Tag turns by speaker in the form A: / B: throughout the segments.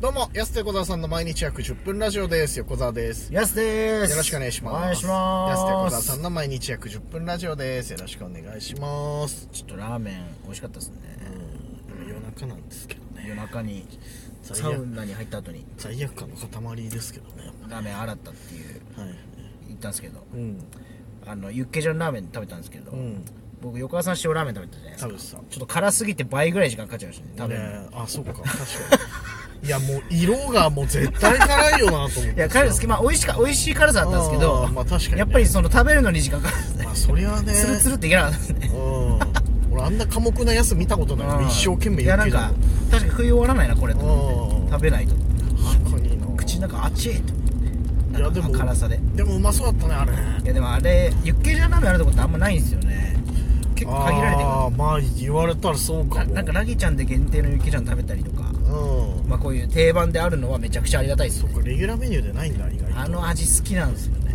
A: どうも、安手小沢さんの毎日約10分ラジオです。横澤です。
B: やすでーす。
A: よろしくお願いします。
B: お願いします。
A: 安手小沢さんの毎日約10分ラジオです。よろしくお願いします。
B: ちょっとラーメン美味しかったですね。
A: うん、夜中なんですけどね。
B: 夜中に
A: 最悪
B: サウナに入った後に
A: 罪悪感の塊ですけどね。
B: ラーメン洗ったっていう
A: はい。
B: 言ったんですけど、
A: うん。
B: あのユッケジョンラーメン食べたんですけど、
A: うん。
B: 僕横川さん塩ラーメン食べたじゃないです
A: 食
B: か。
A: べてた。
B: ちょっと辛すぎて倍ぐらい時間かかっちゃいましたね。食べるの
A: ねあ、そうか、確か に。いや、もう、色がもう絶対辛いよなと思って。
B: いや辛いですけどまあ美味しか美味しい辛さだったんですけど
A: あー、まあ確かにね
B: やっぱりその食べるのに時間かかるんですね。
A: まあ、そりゃね。
B: つるつるっていけなかったですね。
A: うん。俺、あんな寡黙なやつ見たことない。一生懸命
B: いや
A: 言っ
B: な
A: て
B: ん
A: る
B: か確かに食い終わらないなこれと思っ
A: うん
B: て食べないと
A: 確かにいいな。
B: 口の中あっちいと
A: いやでも
B: 辛さで
A: でもうまそうだったねあれ
B: いやでもあれユッケジャーラーメンあるとこってあんまないんですよね結構限られて
A: あ
B: く
A: あまあ言われたらそうか
B: る
A: も
B: ななんかラギちゃんで限定のユッケジャン食べたりとか
A: うん
B: まあこういう定番であるのはめちゃくちゃありがたいです
A: そっかレギュラーメニューでないんだ意外と
B: あの味好きなんですよね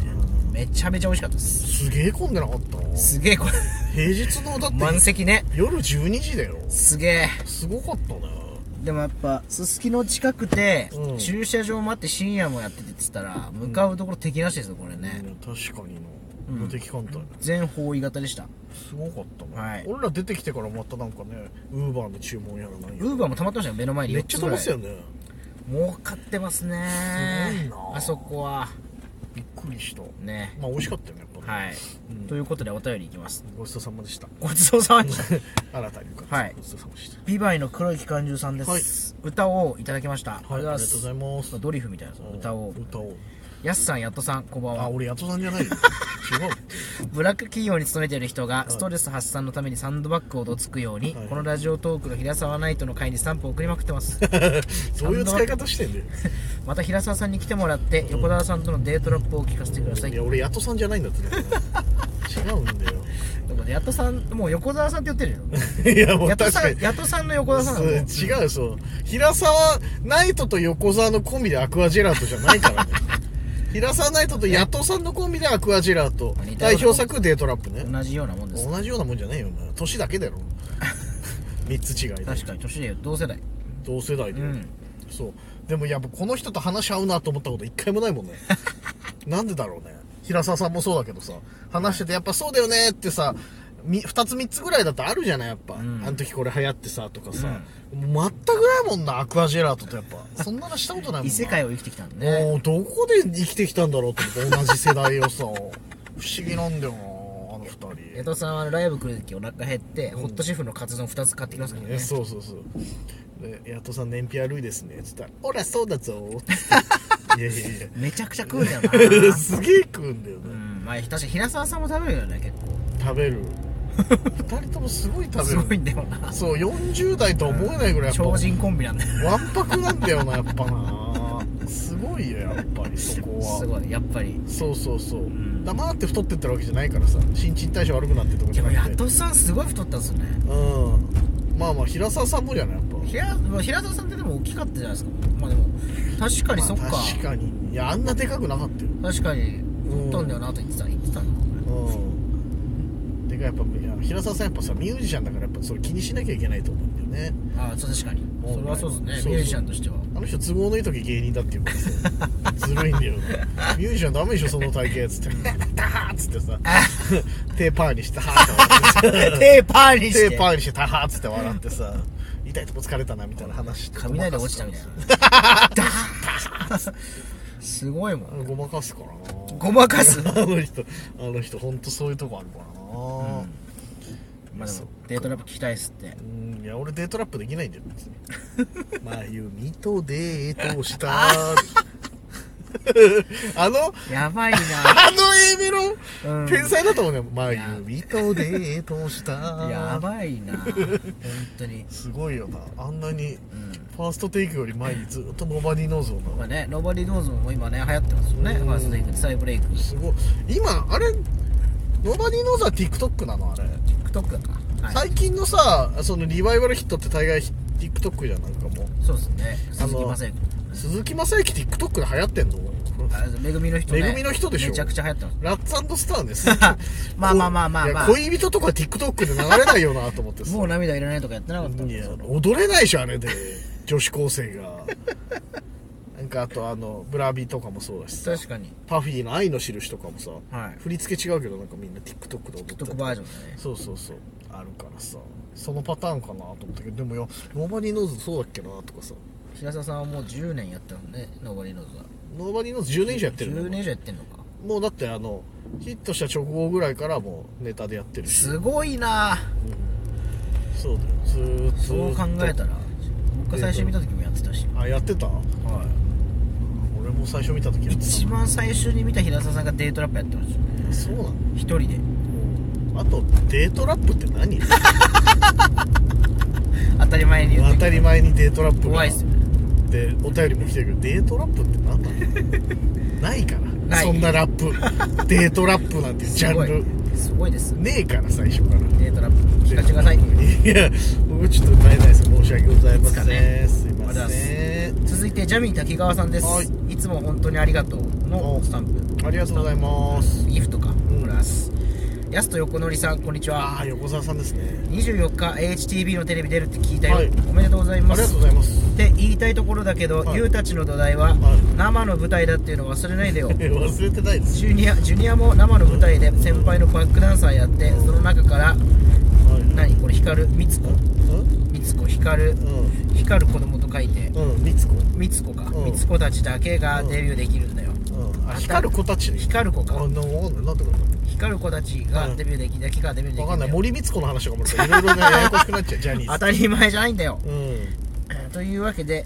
B: めちゃめちゃ美味しかったです
A: すげえ混んでなかった
B: すげえこれ
A: 平日のだって、
B: 満席ね
A: 夜12時だよ
B: すげえ
A: すごかったね
B: でもやっぱすすきの近くて、
A: うん
B: 駐車場もあって深夜もやっててって言ったら向かうところ敵なしですよこれね、
A: うん確かにな
B: うん
A: 無敵艦隊
B: 全方位型でした
A: すごかったね、
B: はい
A: 俺ら出てきてからまたなんかねウーバーの注文やらない
B: ウーバーも溜まってましたよ目の前に
A: めっちゃ飛ばすよね
B: 儲かってますね
A: すごいな
B: あそこは
A: びっくりした
B: ね
A: まあ美味しかったよねやっぱね
B: はい、
A: うん
B: ということでお便りいきます
A: ごちそうさま でした
B: ごちそうさまでした
A: 新たに向か
B: はい
A: ごちそうさまでした
B: ビバイの黒い機関銃さんです、歌をいただきました、
A: はい、ありがとうございます。
B: ドリフみたいなやつ歌を
A: 歌おう。
B: やすさんやっとさんこんばん
A: あ、
B: は
A: 俺、ヤトさんじゃ ないよ。違うって。
B: ブラック企業に勤めている人がストレス発散のためにサンドバッグをどつくように、
A: はい
B: このラジオトークの平沢ナイトの会にスタンプを送りまくってます
A: そういう使い方してんだよ。
B: また平沢さんに来てもらって横澤さんとのデートラップを聞かせてください
A: いや、俺、ヤトさんじゃないんだってね。違うんだ よ。
B: ということでやっとさんもう横澤さんって言ってるよ
A: いや、も
B: や
A: う
B: っと
A: 確
B: さ
A: か
B: ん
A: に。
B: やっとさんの横澤さん
A: そ
B: な
A: う
B: の
A: 違う、そう。平沢ナイトと横沢のコンビでアクアジェラートじゃない からね。平沢ナイトとヤトさんのコンビでアクアジェラート
B: 似。た
A: 代
B: ような
A: 表作、デートラップね。
B: 同じようなもんです
A: 同じようなもんじゃねえよ、お前年だけだろ。 三つ違いで。
B: 確かに年で言うと同世代
A: 同世代で、
B: うん
A: そうでもやっぱこの人と話し合うなと思ったこと一回もない もんねなんでだろうね平沢さんもそうだけどさ話しててやっぱそうだよねってさみ2つ3つぐらいだとあるじゃないやっぱ、
B: ん
A: あの時これ流行ってさとかさ、もう全くないもんなアクアジェラートとやっぱそんなのしたことないもんな
B: 異世界を生きてきたんでね
A: もうどこで生きてきたんだろうって思って同じ世代をさ不思議なんだよなあの
B: 江
A: 2
B: 戸さんはライブ来る時お腹減って、ホットシェフのカツ丼2つ買ってきますから
A: 人
B: ね
A: ねそうそうそうでやっとさん燃費悪いですねっつったら「ほらそうだぞ」 いやいやいや
B: めちゃくちゃ食うんだよな
A: すげえ食うんだよ
B: う
A: ね、
B: んまあ確かに平沢さんも食べるよね結構
A: 食べる二人ともすごい食べる
B: すごいんだよな
A: そう40代とは思えないぐらいやっぱ
B: 超人コンビなんだよ
A: わんぱくなんだよなやっぱな すごいよやっぱりそこ
B: す
A: は
B: ごいやっぱり
A: そうそうそう、
B: ん
A: 黙って太ってってるわけじゃないからさ新陳代謝悪くなってるとかじ
B: で
A: ゃ
B: も
A: な
B: や
A: く
B: ってとさんすごい太ったんですよね
A: うんまあまあ平沢さんもじゃないやっぱ
B: 平まあ平沢さんってでも大きかったじゃないですかまあでも確かにそっか、
A: まあ確かにいやあんなでかくなかったよ
B: 確かに太ったんだよなと言ってた言ってたの
A: うんてかやっぱいや平沢さんやっぱさミュージシャンだからやっぱそれ気にしなきゃいけないと思うんだよね
B: ああそう確かに
A: うん
B: それはそうですね
A: そうそう
B: ミュージシャンとしては
A: あの人都合のいい時芸人だっていうからさ ずるいんだよなミュージシャンダメでしょその体型っつって「ダハー!」っつってさ 手パーにして「ハー!」って笑ってさ
B: 手パーにし て
A: 手パーにして「ダハー!」っつって笑ってさ痛いとこ疲れたなみたいな話して
B: 雷で落ちたみたいなダ ーンすごいもん
A: ごまかすからな
B: ごまかすま
A: あの人あの人ほんとそういうとこあるからな
B: あでもデートラップ聞きたいっすって
A: うんいや俺デートラップできないんだよ別 にまゆみとデートをした あの
B: やばいな
A: あの A メロ、
B: うん
A: 天才だと思うねまゆみとデートをした
B: やばい な本当に
A: すごいよなあんなに
B: うん
A: ファーストテイクより前にずっとノバディノーズを
B: ま
A: な
B: あねロバディ・ノーズも今ね流行ってますよねファーストテイクで再ブレイク
A: すごい今あれノバディノーズは TikTok なのあれ、
B: TikTok かはい
A: 最近のさそのリバイバルヒットって大概 TikTok じゃんなんかもう
B: そうですね鈴木
A: あの
B: 雅之
A: 鈴木雅之 TikTok で流行ってんの
B: あめぐみの人ね
A: めぐみの人でしょ
B: めちゃくちゃ流行ってます
A: ラッツスターです。
B: まあまあまあまあま
A: い
B: あ
A: や恋人とか TikTok で流れないよなと思ってさ。
B: もう涙いらないとかやってなかったん
A: い
B: で
A: や
B: すよ
A: 踊れないじゃん、あれで。女子高生が なんかあとあのブラビとかもそうだしさ
B: 確かに
A: パフィーの「愛の印」とかもさ、
B: はい
A: 振り付け違うけどなんかみんな TikTok で踊ってたり
B: 特バージョンだね
A: そうそうそうあるからさそのパターンかなと思ったけどでもいやノーバディーノーズそうだっけなとかさ
B: 平沢さんはもう10年やったのねノーバリーノーズは
A: ノーバディーノーズ10年以上やってる
B: 10
A: の
B: 年以上やってんのか
A: もうだってあのヒットした直後ぐらいからもうネタでやってるし
B: すごいな
A: そうだよずーっと
B: そう考えたら僕が最初見た時もやってたし、
A: あやってた
B: は
A: 俺も最初見た時や
B: い、
A: って
B: 一番最初に見た平沢さんがデートラップやってましたね
A: たそうなの
B: 一人で
A: あとデートラップって 何
B: 当たり前に言って
A: 当たり前にデートラップが
B: 怖いっすよね
A: でお便りも来てるけどデートラップって何なのないから
B: ない
A: そんなラッ プデートラップなんてジ
B: す
A: ャ
B: ご
A: ンル
B: いすごいです
A: ねえから最初から
B: デートラップ聞かせてください
A: いや僕ちょっと歌えないです申し訳ございません、すい
B: いあ
A: ま
B: りがとうございま
A: せん
B: 続いてジャミー滝川さんです、
A: はい
B: い、つも本当にありがとうの
A: お
B: スタンプ
A: ありがとうございます
B: ギフトか
A: うん
B: プラスやすと横のりさんこんにち
A: あ
B: は
A: あ横澤さんですね
B: 24日 HTB のテレビ出るって聞いたよ、
A: はい
B: おめでとうござい
A: あり
B: ま
A: がとう
B: す
A: ございます
B: って言いたいところだけど、
A: はい
B: ユウたちの土台は
A: はい
B: 生の舞台だっていうのを忘れないで よ
A: え忘れてないです
B: ジュニアジュニアも生の舞台で先輩のバックダンサーやってその中から
A: はい
B: 何これ光るみつこみつこ光る
A: う
B: 光る子供と書いて
A: んうんうんみつこ
B: みつこか
A: うん
B: みつこたちだけがデビューできるんだよ
A: うんあ光る子たち
B: 光る子
A: あ
B: か
A: なんわかんないなんてことだ
B: 光る子たちがデビューできだけがデビューで
A: わ
B: きる
A: かんな
B: んだ
A: い
B: よ
A: 森光子の話とかもいろいろねややこしくなっちゃ うジャニーズ
B: 当たり前じゃないんだよ
A: うん
B: というわけで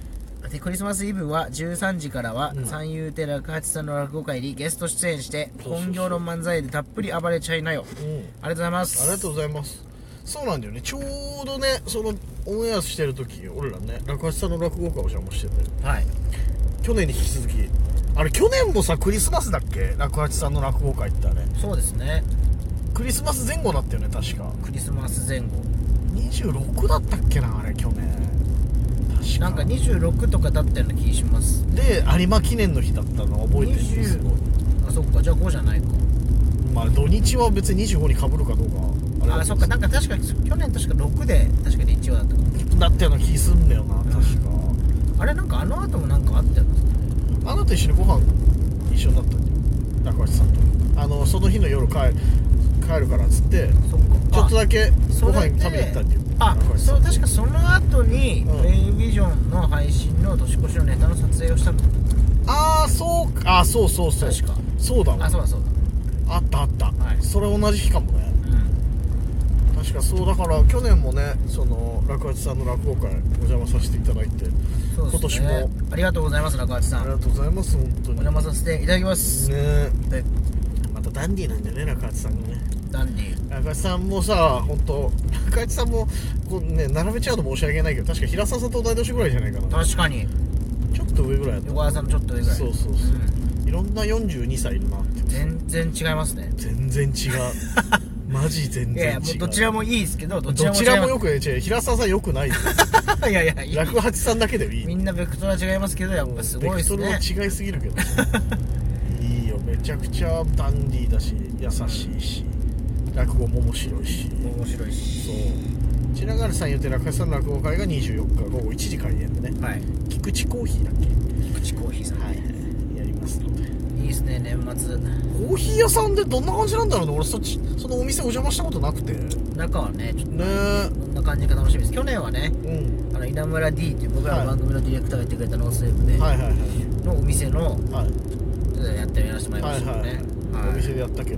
B: でクリスマスイブは13時からは、
A: うん
B: 三遊亭楽八さんの落語会にゲスト出演して
A: そうそうそう
B: 本業の漫才でたっぷり暴れちゃいなよ
A: うん
B: ありがとうございます
A: ありがとうございますそうなんだよねちょうどねそのオンエアしてる時俺らね落橋さんの落語家を邪魔してて
B: はい
A: 去年に引き続きあれ去年もさクリスマスだっけ落橋さんの落語会ってあれ
B: そうですね
A: クリスマス前後だったよね確か
B: クリスマス前後
A: 26だったっけなあれ去年確か
B: なんか26とかだったような気します
A: で有馬記念の日だったのは覚えてるんですよ
B: あそっかじゃあ5じゃないか
A: まあ土日は別に25にかぶるかどうかあれ
B: あ
A: だけ
B: そ
A: ど
B: っかなんか確か去年確か6で確か日曜だったか
A: だったような気すんだよな確か
B: あれなんかあの後もなんかあったよね
A: あなたと一緒にご飯一緒になったんだよ中橋さんとあのその日の夜帰帰るからっつって
B: そっか
A: ちょっとだけ
B: そ
A: ご
B: れ
A: 飯
B: で
A: 食べに行ったんだよ
B: あ
A: 中橋
B: そ
A: さ
B: うん
A: と
B: 確かその後に
A: うん
B: レイビジョンの配信の年越しのネタの撮影をしたの
A: ああそうかあそうそうそう
B: 確か
A: そうだわ
B: あそうだそう
A: あったあった、
B: はい
A: それ同じ日かもね
B: だうん
A: 確かそうだから去年もねその落八さんの落語会お邪魔させていただいて
B: そうですね
A: 今年も
B: ありがとうございます中橋さ
A: あ
B: ん
A: り
B: お
A: がとうございます本当に
B: 邪魔させていただきます
A: ねえ
B: で
A: またダンディーなんだよね中八さんがね
B: ダンディ
A: 中八さんもさ本当中八さんもこうね並べちゃうと申し訳ないけど確か平沢さんと同い年ぐらいじゃないかな
B: 確かに
A: ちょっと上ぐらいだ
B: 横川さんのちょっと上ぐらい
A: そうそうそういろんな42歳いるなって
B: ん、全然違いますね
A: 全然違うマジ全
B: いや
A: 然違う
B: いやもうどちらもいいですけどど
A: ど
B: ちらも
A: ちらも
B: 違い
A: よくね違う平沢さんよくないよ
B: ますいやいやいい
A: 落八さんだけでいい
B: みんなベクトルは違いますけどやっぱすごいですね
A: ベクトルの違いすぎるけどいいよめちゃくちゃダンディーだし優しいし落語も面白いし
B: 面白いし
A: そうちながるさん言うて落語さんの落語会が24日午後1時開演でね
B: はい
A: 菊池コーヒーだっけ
B: 菊池コーヒーさん、
A: いやりますので
B: いいですね年末
A: コーヒー屋さんでどんな感じなんだろうね俺そっちそのお店お邪魔したことなくてね
B: 中はねちょっ
A: え
B: とどんな感じか楽しみです去年はね
A: うん
B: あの稲村 D っていう僕らの番組のディレクターがやってくれたノースウェーブで
A: はいはいはい
B: のお店の
A: はい
B: ちょっとやってやらせてもら
A: はいい
B: まし
A: は
B: たもん
A: い、
B: ね
A: お店でやったけど、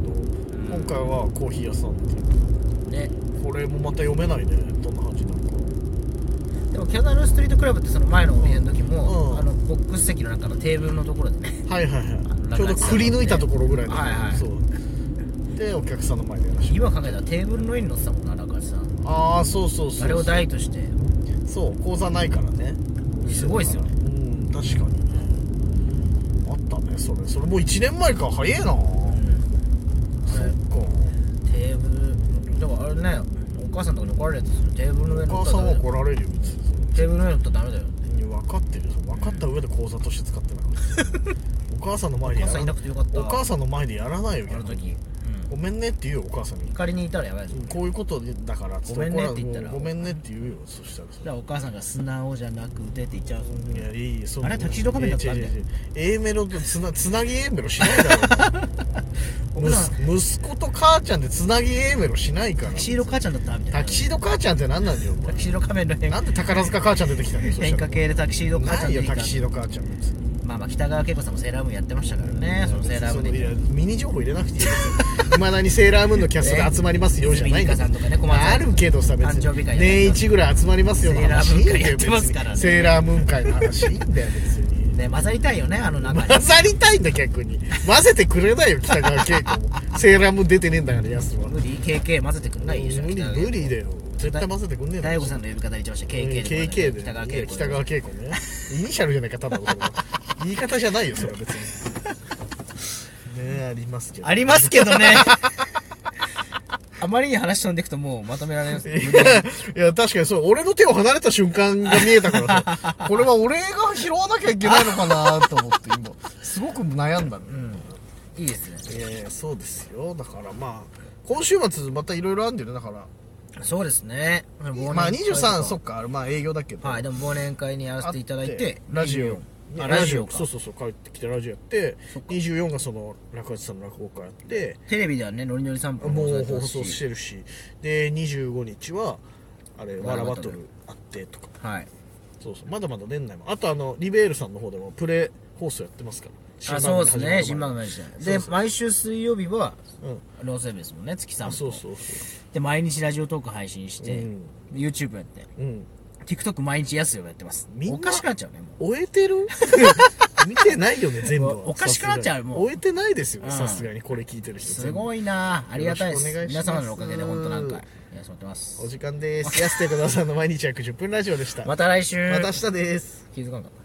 A: 今回はコーヒー屋さんって
B: ね
A: これもまた読めないねどんな感じなのか
B: でもキャナルストリートクラブってその前のお店の時も、
A: うん
B: あのボックス席の中のテーブルのところでね
A: はいはいはい
B: の
A: ちょうどくり抜いたところぐらいの、
B: はいはい
A: そうでお客さんの前でやらして
B: 今考えたらテーブルの上に乗ってたもんな中地さん
A: ああそうそうそうそう
B: あれを台として
A: そう口座ないからね
B: すごいっすよね
A: うん確かにねあったねそれそれもう1年前か早えな、そっか
B: テーブルだからあれねお母さんとかに怒られるやつですよテーブルの上
A: お
B: に乗
A: 母
B: った
A: さ
B: ら
A: んは
B: ダメだよ
A: 怒られるよ別に
B: テーブルの上に乗ったらダメだよ
A: 分かってるよ分かった上で口座として使ってなかったお母さんの前で
B: お母さんいなくてよかった
A: お母さんの前でやらないよ
B: あの時、うん
A: ごめんねって言うよお母さんに
B: 仮にいたらやばいぞ
A: こういうことだからつ
B: ごめんねって言ったら
A: 怒らごめんねって言うよそしたら
B: じゃあお母さんが素直じゃなくてって言っちゃうぞ
A: いやいいよそんな
B: あれタキシード仮面だったんだよ
A: 違う違う違う A メロとつなつなぎ A メロしないだろ
B: 僕ら
A: むす息子と母ちゃんでつなぎ A メロしないから
B: タキシード母ちゃんだったみたいな
A: タキシード母ちゃんって何なんだよお
B: タ
A: 前
B: キシード仮面の変
A: なんで宝塚母ちゃん出てきたのそしたら
B: 変化系でタキシード母ちゃ
A: なんい
B: で
A: よ
B: いい
A: タ
B: か
A: キシード母ちゃん別に
B: まあまあ北川景子さんもセーラームーンやってましたからねそのセーラームーン
A: い
B: で
A: やミニ情報入れなくていいいまだにセーラームーンのキャストが集まりますよじゃないんだよ
B: 泉里香さんとかね小松
A: まああるけどさ別
B: 誕生日
A: に
B: 会やって
A: 年一ぐらい集まりますよの話
B: セー
A: いい
B: ラームーン会
A: んだよ
B: やってますからね
A: 別にセーラームーン会の話いいんだよ別に
B: ね混ざりたいよねあの中に
A: 混ざりたいんだ逆に混ぜてくれないよ北川景子もセーラームーン出てねえんだからやすは
B: 無理 KK 混ぜてくんないでしょ
A: 無理
B: 北川
A: 無理だよ絶対混ぜてくんねえだ
B: 大
A: ろ
B: 悟さんの呼び方で言ってました KK で
A: KK で
B: 北川景
A: いや
B: 子
A: 北川景子ねイニシャルじゃないかただのそれは言い方じゃないよそれは別にねえありますけど
B: ありますけどねあまりに話飛んでいくともうまとめられます
A: いやいや、確かにそう、俺の手を離れた瞬間が見えたからさ、これは俺が拾わなきゃいけないのかなと思って、今、すごく悩んだね。
B: いいですね
A: いやいや、そうですよ。だからまあ、今週末またいろいろあるんだよね、だから。
B: そうですね
A: まあ23、そ
B: っ
A: っか、あれまあ営業だけど。
B: はいでも忘年会にやらせていただいて
A: ラジオ。
B: 24あラジオか
A: そうそうそう、帰ってきてラジオやって、24がその、落八さんの落語会やって、
B: テレビではねノリノリ散歩
A: もう放
B: ます
A: 送してるし、で、25日は、あれ、わらバトルあってとか。
B: はい
A: そうそうまだまだ年内もあとあのリベールさんの方でもプレ放送やってますから
B: あそうですね新番
A: 組
B: 組始まる
A: そ
B: で
A: うそう
B: 毎週水曜日は
A: うん
B: ローセーブですもんね月さん
A: あ
B: と
A: そうそうそ
B: で毎日ラジオトーク配信して、
A: うん
B: YouTube やって
A: ううん
B: TikTok 毎日やすよやってます
A: みんな
B: おかしくなっちゃうねもう
A: 終えて る見てないよね全部は
B: おかしくなっちゃ
A: さすがに
B: うもう
A: 終えてないですよね
B: うん
A: さすがにこれ聞いてる人
B: す
A: い
B: ごいなあありがたいで
A: よろしくお
B: す
A: 願いし
B: 皆
A: ます
B: 様のおかげで本当なんかやってもらってま
A: お
B: す
A: 時間です安手小田さんの毎日約10分ラジオでしたま
B: また来週
A: た明日です
B: 気づかなかった